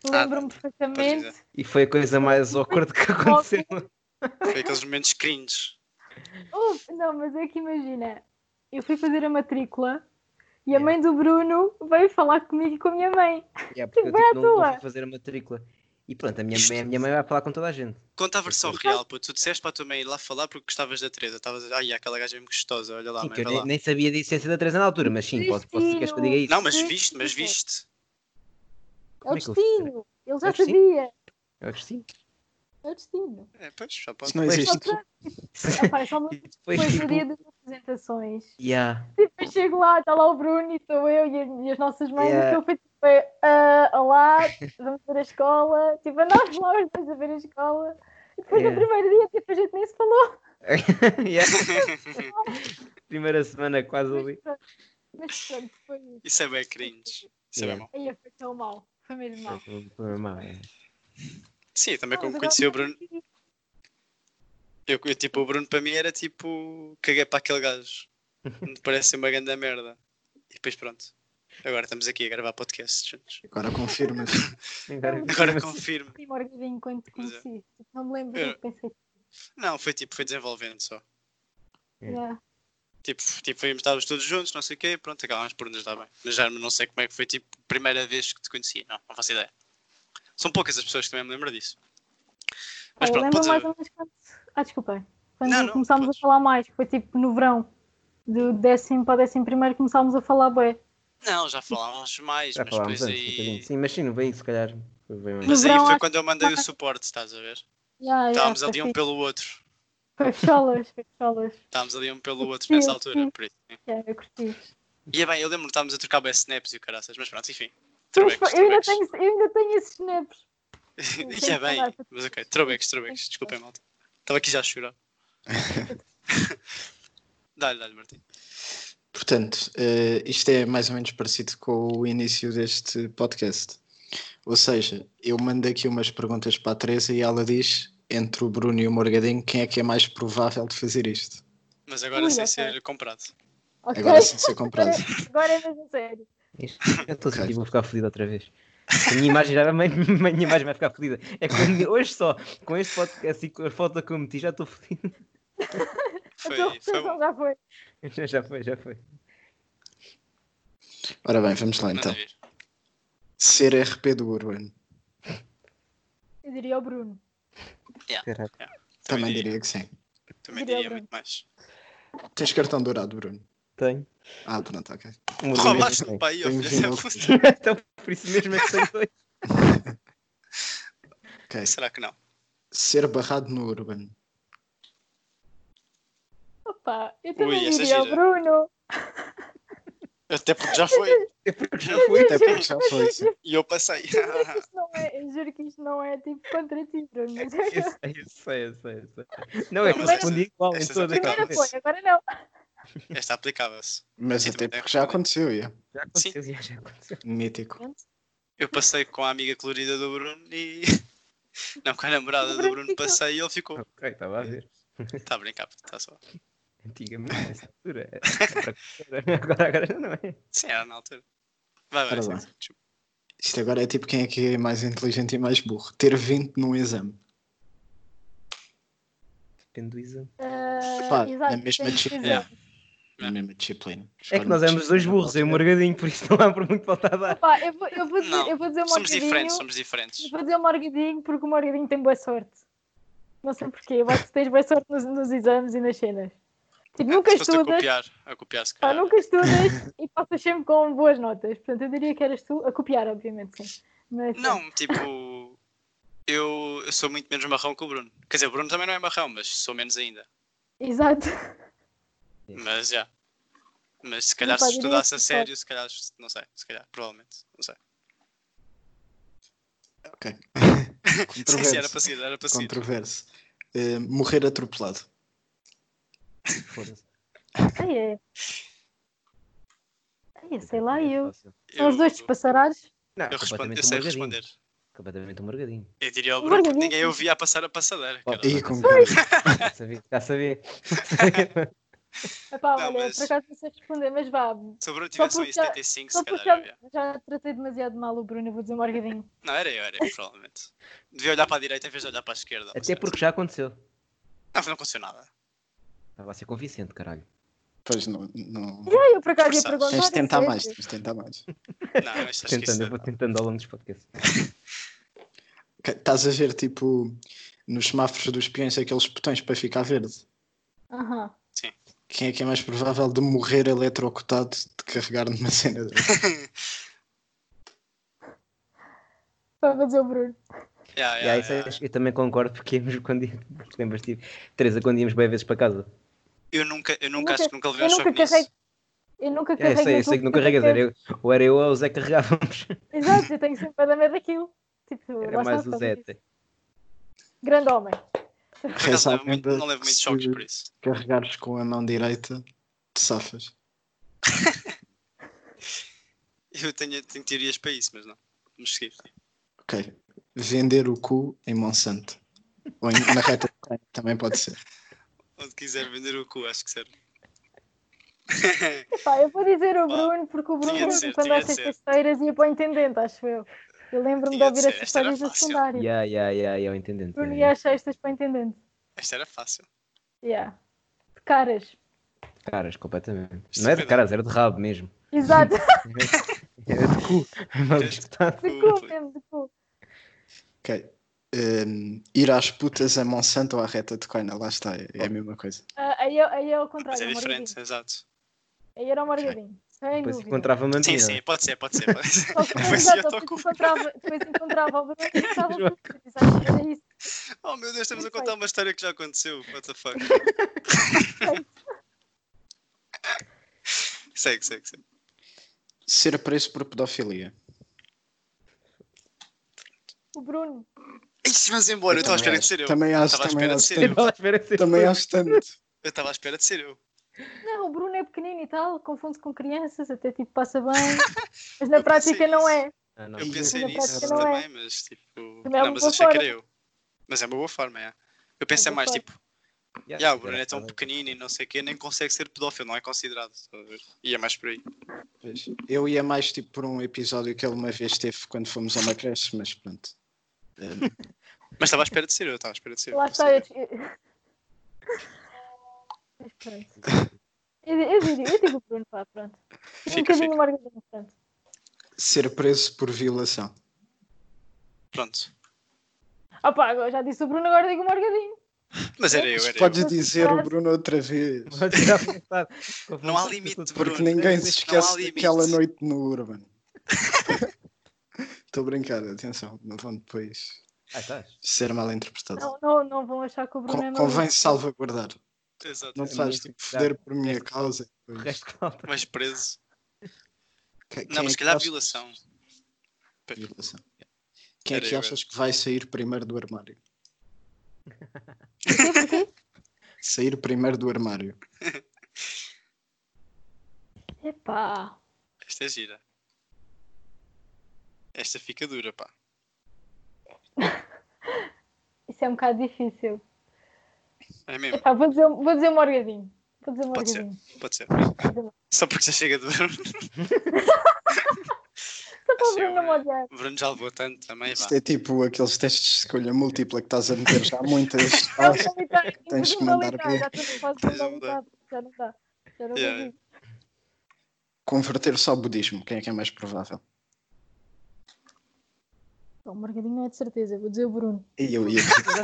B: Lembro-me
C: podes
B: perfeitamente.
C: Ah, dizer.
A: E foi a coisa mais awkward que aconteceu.
C: Foi aqueles momentos cringe.
B: Uf, não, mas é que imagina, eu fui fazer a matrícula e a mãe do Bruno veio falar comigo e com a minha mãe. É
A: Yeah, porque eu
B: Vai à
A: tipo, não, não
B: tua.
A: fui fazer a matrícula. E pronto, a minha,
C: Isto-
A: mãe, a minha mãe vai falar com toda a gente.
C: Conta a versão real, pô. Tu disseste para a tua mãe ir lá falar porque gostavas da Teresa. Estavas a dizer, ai, aquela gaja é mesmo gostosa, olha lá,
A: sim, que eu
C: mãe, vai lá.
A: nem, nem sabia da essência da Teresa na altura, mas sim, posso, posso, queres que eu diga isso?
C: Não, mas
B: Sim,
C: viste, mas
B: sim.
C: viste.
B: É o
A: Como é que eu vou fazer?
B: destino, ele já
A: É o destino?
B: sabia.
A: Eu acho que sim.
B: É o destino.
C: É, pois, já pode.
D: Isso não
A: Pois.
B: Só
D: existe.
B: trânsito. Rapaz, só uma
A: E depois
B: coisa
A: tipo,
B: dia das apresentações.
A: yeah,
B: Depois Tipo, chego lá, está lá o Bruno e estou eu e as, e as nossas mães.
A: Yeah.
B: E o que eu fiz foi: ah, Olá, vamos ver a escola. Tipo, nós lá os dois a ver a escola. E depois
A: Yeah.
B: no primeiro dia, tipo, a gente nem se falou.
A: Yeah. Primeira semana quase ali.
B: Mas pronto, mas pronto, foi isso.
C: Isso é bem cringe. Isso é
A: Yeah.
C: bem mau.
B: Aí foi tão mal. Foi mesmo mal.
A: Normal, é.
C: Sim, também como é
B: Ah, Mas
C: conheci o
B: agora
C: Bruno. Eu, eu, tipo, o Bruno para mim era tipo. Caguei para aquele gajo. Me Parece ser uma grande merda. E depois pronto. Agora estamos aqui a gravar podcasts juntos.
D: Agora confirma-se.
A: Agora,
C: Agora confirmo.
B: Sim, Morgadinho, quando te
C: Mas é.
B: conheci. Tipo, Não me lembro
C: É.
B: do que pensei.
C: Não, foi tipo, foi desenvolvendo só.
A: É.
B: Yeah.
C: Tipo, tipo íamos estarmos todos juntos, não sei o quê, pronto, acabámos por nos dar bem. Mas já não sei como é que foi, tipo, a primeira vez que te conheci, não, não faço ideia. São poucas as pessoas que também me lembram disso. Mas
B: Eu
C: pronto,
B: lembro
C: podes...
B: mais ou menos quando. Ah, desculpa. Quando
C: Não, não,
B: começámos a
C: podes.
B: falar mais, foi tipo no verão, do décimo para o décimo primeiro, começámos a falar bem.
C: Não, já falámos mais,
A: já
C: mas
A: falámos
C: depois
A: antes, um bocadinho.
C: aí.
A: Sim, mas sim, no bem, se calhar. foi bem mais.
C: Mas
B: No
C: aí
B: verão,
C: foi
B: acho
C: quando eu mandei o suporte, estás a ver?
B: Yeah, yeah,
C: Estávamos
B: foi
C: ali um
B: fixe.
C: pelo outro.
B: Foi cholas, foi cholas.
C: Estávamos ali um pelo outro
B: Sim,
C: nessa
B: sim.
C: altura, por isso.
B: Yeah, eu curti.
C: E é bem, eu lembro que estávamos a trocar bem snaps e o caraças, mas pronto, enfim.
B: Mas,
C: Throwbacks,
B: eu, ainda
C: throwbacks.
B: tenho, eu ainda tenho esses snaps.
C: E é bem, mas ok, throwbacks, throwbacks, desculpem, malta. Estava aqui já a chorar. dá-lhe, dá-lhe, Martim.
D: Portanto, eh, isto é mais ou menos parecido com o início deste podcast. Ou seja, eu mando aqui umas perguntas para a Teresa e ela diz, entre o Bruno e o Morgadinho, quem é que é mais provável de fazer isto?
C: Mas agora
B: Ui,
C: sem
B: ok.
C: ser comprado.
B: Ok.
D: Agora sem ser comprado.
B: Agora é mesmo sério.
A: Isto- Eu estou sentindo que vou ficar fodido outra vez. A minha imagem, já, a minha, a minha imagem vai ficar fodida. É que a minha- hoje só, com este podcast e com a foto que eu meti, já estou fodido.
B: A
C: Foi,
B: tua
C: foi bom.
B: recepção Então, já foi.
A: Já, já foi, já foi.
D: Ora bem, vamos lá
C: Manda
D: então.
C: vir.
D: Ser RP do Urban.
B: Eu diria ao Bruno.
A: Caraca.
D: Também
C: diria.
D: diria que sim.
C: Também
B: Diria
C: diria
B: branco.
C: muito mais.
D: Tens cartão dourado, Bruno.
A: Tenho.
D: Ah, pronto, ok.
A: Um
C: Roubaste-me
A: orgulho.
C: para aí, ó
D: Tenho
C: filho da
D: vindo ao
C: puta.
A: Então, por isso mesmo é que tenho dois.
D: Ok.
C: Será que não?
D: Ser barrado no Urban.
B: Opa, eu também
C: Ui, essa é
B: diria ao
C: gira.
B: Bruno.
C: Até porque já foi.
A: É porque já
D: Foi, até porque já
B: Mas
D: foi.
B: eu
D: sim.
B: juro
C: E eu passei.
B: que isto não é, eu juro que isto não é tipo contra ti, Bruno. Mas é
A: Eu
B: que-
A: sei, eu sei, eu sei, eu sei. Não, é que
C: Não,
B: mas
A: respondi igual em
C: essa-
A: todas
C: essa-
B: primeiro
A: as vezes.
B: foi, agora não.
C: Esta aplicava-se.
D: Mas
C: Sim,
D: até
C: também é
D: porque já
C: tem.
D: aconteceu, yeah.
A: Já aconteceu, já, já aconteceu.
D: mítico.
C: Eu passei com a amiga colorida do Bruno e. Não, com a namorada
B: O
C: do
B: Bruno
C: Bruno
B: ficou-
C: passei e ele ficou.
A: Ok, estava a ver.
C: Está a brincar, está só.
A: Antigamente, nessa altura. era- né? Agora, agora já não é.
C: Sim, era na altura. Vai, vai,
D: Ora
C: sim,
D: lá.
C: sim, desculpa.
D: Isto agora é tipo quem é que é mais inteligente e mais burro. Ter 20 num exame.
A: Depende do exame.
B: Ah,
D: Pá,
B: exato,
D: na mesma é.
B: tens
D: disciplina.
B: razão.
D: Na mesma disciplina.
A: É que nós éramos dois burros, eu e o Morgadinho, por isso não há por muito falta a dar.
B: Opa, eu, vou, eu, vou dizer,
C: Não,
B: eu vou dizer um o
C: Somos diferentes,
B: Morgadinho.
C: somos diferentes.
B: Eu vou dizer o Morgadinho porque o Morgadinho tem boa sorte. Não sei porquê, eu acho que tens boa sorte nos, nos exames e nas cenas. Tipo, nunca
C: Se fosse Ah, a
B: estudas,
C: copiar, a copiar se
B: pá,
C: calhar.
B: nunca estudas e passas sempre com boas notas. Portanto, eu diria que eras tu a copiar, obviamente, sim. Mas,
C: Não, tipo. Eu, eu sou muito menos marrão que o Bruno. Quer dizer, o Bruno também não é marrão, mas sou menos ainda.
B: Exato.
C: Mas já. Mas se calhar
B: Opa,
C: se
B: diria
C: estudasse a
B: que
C: sério, se calhar, não sei, se calhar, provavelmente, não sei.
D: Ok.
C: Sim, sim, era
D: Controverso.
C: para seguir, era para seguir.
D: Controverso. Eh, morrer atropelado.
A: Foda-se.
B: Ai, é. Ai, eu É, sei lá, eu.
C: Eu,
B: São os dois despassarados.
A: Não,
C: eu, respondo, eu
A: É completamente
C: sei
A: um morgadinho.
C: responder.
A: Completamente um morgadinho.
C: Eu diria ao
B: Um
C: Bruno, porque
B: organismo.
C: ninguém ouvia a passar a passadeira.
A: Ó,
C: Cara.
D: E com
A: Já sabia, já sabia.
B: Epá,
C: Não,
B: olha,
C: mas-
B: por acaso não sei responder, mas vá.
C: Se o Bruno
B: Só
C: tivesse um
B: porque já-
C: i75,
B: Só
C: se
B: porque
C: calhar eu
B: já,
C: ia.
B: já tratei demasiado mal o Bruno, eu vou dizer Morgadinho.
C: Não, era eu, era eu, provavelmente. Devia olhar para a direita em vez de olhar para a esquerda.
A: Até porque já aconteceu.
C: Não, não aconteceu nada.
A: Estava a ser convincente, caralho.
D: Pois não. não...
B: Já, eu por acaso ia
C: Forçaste.
B: perguntar.
D: Tens de tentar
B: não sei.
D: mais, tens de tentar mais.
C: Não, mas acho que
A: Tentando, eu
C: isso...
A: vou tentando ao longo dos podcasts.
D: Ok, Estás a ver, tipo, nos semáforos dos peões, aqueles botões para ficar verde.
B: Aham.
D: Quem é que é mais provável de morrer eletrocutado de carregar numa cena dessa?
B: Para fazer o Bruno.
A: E
C: Yeah, yeah,
A: aí, isso é
C: yeah.
A: Eu também concordo porque íamos quando lembras tipo, Teresa, quando íamos bem vezes para casa.
C: Eu nunca, eu nunca, acho que nunca levei
B: eu
C: um
B: nunca
C: choque nisso.
B: carrego- Eu nunca um
A: É, eu sei,
B: carrego.
A: eu
B: naquilo
A: sei que não
B: eu
A: carregas, era
B: quero.
A: eu, ou era eu ou o Zé que carregávamos.
B: Exato, eu tenho sempre a dar medo daquilo. Tipo, lá
A: Era
B: está,
A: mais o
B: faz
A: Zé.
B: isso.
A: até.
B: Grande homem.
C: Por acaso,
D: Rezar
C: levo muito-
D: ainda
C: Não levo
D: que
C: muitos
D: se-
C: choques por isso.
D: Carregares com a mão direita, te safas.
C: Eu tenho, tenho teorias para isso, mas não. Vamos seguir.
D: Ok. Vender o cu em Monsanto. Ou em- na reta de trem, também pode ser.
C: Onde quiser vender o cu, acho que serve.
B: Epá, eu vou dizer o
C: Pá,
B: Bruno, porque o
C: tinha
B: Bruno,
C: de ser,
B: quando
C: tinha
B: às
C: de ser.
B: sextas-feiras, ia para o intendente, é acho eu. Eu lembro-me de
C: Tinha de
B: ouvir
C: ser,
B: essas
C: esta era
B: histórias do
C: fácil.
B: secundário.
A: Ya, ya, ya, ya, eu entendendo.
B: Bruno ia às sextas para o intendente.
C: Esta era fácil.
B: Yeah. De caras.
A: Caras, completamente.
C: Isto
A: Não é de
C: é
A: caras, era de rabo mesmo.
B: Exato,
A: Era de cu. É Mal
C: Este-
A: disputado.
B: de cu mesmo, de cu.
D: Ok. Hum, ir às putas a Monsanto ou à reta de coina, lá está, é é a mesma coisa.
B: Ah, aí, é- aí é o
C: Mas
B: contrário, é
C: é
B: o
C: diferente,
B: Morgadinho.
C: exato.
B: Aí era o Morgadinho. Sem
A: Depois
B: dúvida.
A: encontrava-me a
C: Sim,
A: menina.
C: sim, pode ser, pode ser. pode ser.
B: Só que-
C: Depois
B: exato,
C: ia-te ao
B: depois
C: cu.
B: encontrava, depois encontrava o Bruno e estava tudo. Exato, era isso.
C: Oh meu Deus, estamos
B: Perfeito.
C: a contar uma história que já aconteceu. What the fuck? segue, segue, segue.
D: Ser preso por pedofilia.
B: O Bruno.
C: Ixi, vamos embora, eu estava à espera de
D: também acho-
C: ser eu.
D: Também acho,
C: Estava à
D: também
C: espera de
D: acho,
C: ser
D: tanto,
A: Estava à espera de ser-
D: também é acho tanto.
C: Eu estava à espera de ser eu.
B: Não, o Bruno é pequenino e tal, confunde-se com crianças, até tipo passa bem, mas na
C: Eu pensei
B: prática não é.
A: Ah, não.
C: Eu pensei
B: Mas na
C: nisso
B: prática não
C: também,
B: é.
C: mas tipo.
B: Também é
C: não,
B: uma
C: mas
B: boa
C: achei que
B: forma.
C: era eu. Mas é uma boa forma, é. Eu pensei
B: boa
C: mais
B: forma.
C: tipo,
A: Ya,
C: já o Bruno
A: era
C: é tão
A: fácil.
C: pequenino e não sei o quê, nem consegue ser pedófilo, não é considerado. estás a ver? E é mais por aí.
D: Pois. Eu ia mais tipo por um episódio que ele uma vez teve quando fomos a uma creche, mas pronto. Hum,
C: Mas estava à espera de ser eu, estava à espera de ser eu.
B: Lá está. Eu... Mas pronto. Eu, eu, digo, eu digo o Bruno, pá, pronto. E um
C: Fica,
B: bocadinho
C: fica.
B: o Margarida, pronto.
D: Ser preso por violação.
C: Pronto.
B: Ah pá, agora já disse o Bruno, agora digo o Margadinho.
C: Mas era eu,
D: Mas
C: era eu.
D: podes
B: eu.
D: dizer o Bruno outra vez.
C: né?
A: Pode ser à vontade. Com
C: Não há
A: vontade,
C: limite,
A: tudo.
D: Porque
C: Bruno,
D: ninguém
C: não
D: se
C: há
D: esquece
C: limite.
D: daquela noite no Urban. Estou a brincar, atenção, não vão depois
A: Ah, estás.
D: ser mal interpretado.
B: Não, não, não vão achar que o Bruno é
D: Con-
B: meu.
D: convém salvaguardar.
C: Exato.
D: Não
A: É
D: te faz
A: muito
D: tipo,
A: cuidado.
D: foder por minha causa.
A: O resto que falta.
C: Mas preso.
D: Que- quem
C: Não,
D: é
C: mas se
D: que
C: calhar
D: achas-
C: violação.
D: Violação. Quem é
C: Era
D: que
C: eu,
D: achas que vai sair primeiro do armário?
B: Porquê?
D: Sair primeiro do armário.
B: Porquê? Epá.
C: Esta é gira. Esta fica dura, pá.
B: Isso é um bocado difícil.
C: É mesmo,
B: Epá, vou dizer, vou dizer o Morgadinho. Vou dizer o
C: Pode ser.
B: Morgadinho.
C: pode ser. Só porque já chega duro.
B: Só para o
C: Acho eu,
B: Bruno não me
C: é.
B: odiar.
C: O Bruno já levou tanto também, vá.
D: Isto é tipo aqueles testes de escolha múltipla que estás a meter já há muitas.
B: Não,
D: fases. Tens que mandar
B: personalidade,
D: bem.
B: já estou na fase de
C: Tens de
B: personalidade, um já não dá. Já não
C: Yeah.
B: consigo.
D: Converter-se ao budismo, quem é que é mais provável?
B: Bom, o Margadinho não é de certeza, eu vou dizer o Bruno.
D: E eu ia dizer o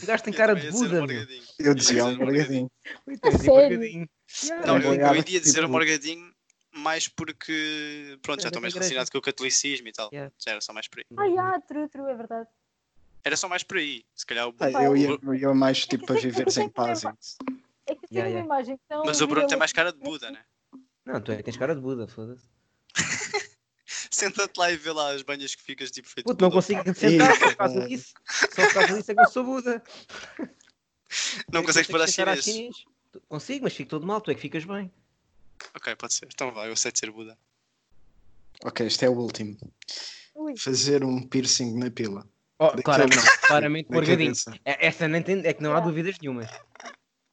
A: O gajo é- tem cara de
C: Eu também ia
A: Buda,
C: dizer o
A: meu.
C: Morgadinho.
D: Eu
C: Ia
D: dizia "É um ao
C: dizer o Morgadinho.
D: Morgadinho.
A: Ui, tens de ir
B: sério?
A: bocadinho.
C: Não,
D: Também
C: eu, eu
D: ligava,
C: iria dizer o
D: tipo-
C: Morgadinho mais porque, pronto, já
A: Era
C: estou mais
A: da igreja.
C: relacionado com o catolicismo e tal.
A: Yeah.
C: Já era só mais por aí.
B: Ah, yeah, true, true, é verdade.
C: Era só mais por aí. Se calhar o
D: Ah,
C: Bruno.
D: eu, ia, eu ia mais
B: É
D: tipo
B: que
D: a
B: sei- é que
D: viver
B: sei
D: sem
B: que não é
D: paz.
B: má. É que eu tenho
A: Yeah, yeah.
B: uma imagem tão.
C: Mas o Bruno
B: viralista.
C: tem mais cara de Buda, né?
A: Não, tu é que tens cara de Buda, foda-se.
C: Senta-te lá e vê lá as banhas que ficas tipo feito.
A: Puto, não
C: Buda.
A: consigo sentar
D: Ih,
A: por causa
D: é.
A: disso. Só por causa disso é que eu sou Buda.
C: Não
A: É que
C: consegues
A: eu
C: parar
A: tenho que sentar à
C: chinês.
A: chinês. Tu- Consigo, mas fico todo mal, tu é que ficas bem.
C: Ok, pode ser. Então vai, eu aceito ser Buda.
D: Ok, este é o último.
B: Ui,
D: Fazer um piercing na pila.
A: Oh,
D: Da
A: claramente,
D: cabeça.
A: claramente
D: Na
A: Morgadinho.
D: cabeça.
A: É- Essa nem tem, é que não há dúvidas nenhuma.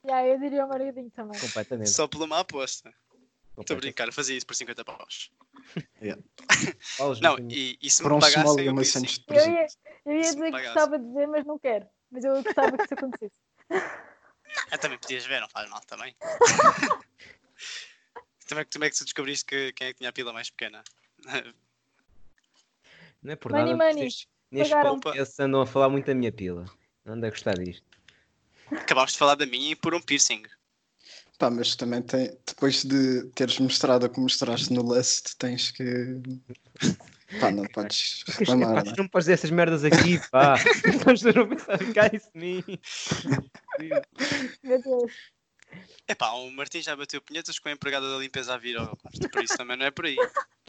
B: yeah, eu diria o Margadinho também.
A: Completamente.
C: Só por uma aposta. Estou a
A: completamente.
C: brincar, eu fazia isso por 50 paus.
A: Falas
C: Não,
A: muito.
C: e, e se
D: Por um
C: me
D: small
C: pagassem
D: e
C: eu
D: uma
C: disse,
D: Santos de
B: Eu ia,
D: presente.
B: eu ia
C: Se
B: dizer
C: me
B: que
C: pagasse.
B: gostava de dizer, mas não quero. Mas eu gostava que isso acontecesse.
C: ah, também podias ver, não faz mal também. também como é que tu descobriste que, quem é que tinha a pila mais pequena?
A: Não é por
B: Money,
A: nada.
B: money.
A: Vocês, neste
B: Pagaram.
A: podcast andam a falar muito da minha pila. Não anda a gostar disto.
C: Acabaste de falar da minha e por um piercing.
D: Pá, mas também tem, depois de teres mostrado o que mostraste no Lust, tens que Pá, não podes
A: Que- pá,
D: reclamar.
A: tu
D: não é?
A: não podes dizer essas merdas aqui, pá. As pessoas vão pensar, cai-se de mim.
B: Meu Deus.
C: É pá, o Martim já bateu punhetas com a empregada da limpeza a vir ao quarto, por isso também não é por aí.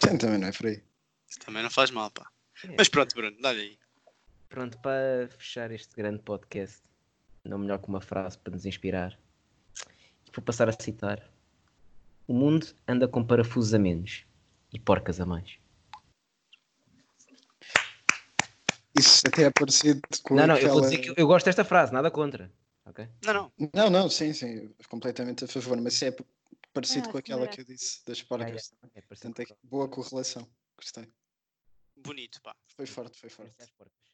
D: Sim, também não é por aí.
C: Isso também não faz mal, pá. Mas pronto, Bruno, dá-lhe aí.
A: Pronto, para fechar este grande podcast, não melhor que uma frase para nos inspirar. Vou passar a citar. O mundo anda com parafusos a menos e porcas a mais.
D: Isso até é parecido com
A: não, não, eu vou
D: aquela-
A: dizer que eu- eu gosto desta frase, nada contra. Ok?
C: Não, não.
D: Não, não, sim, sim, completamente a favor, mas é parecido
B: Ah,
D: com aquela
B: senhora.
D: que eu disse das porcas.
A: É parecido
D: Portanto, é
A: com-
D: que boa correlação. Gostei.
C: Bonito, pá.
D: Foi forte, foi forte.
A: Parece às porcas.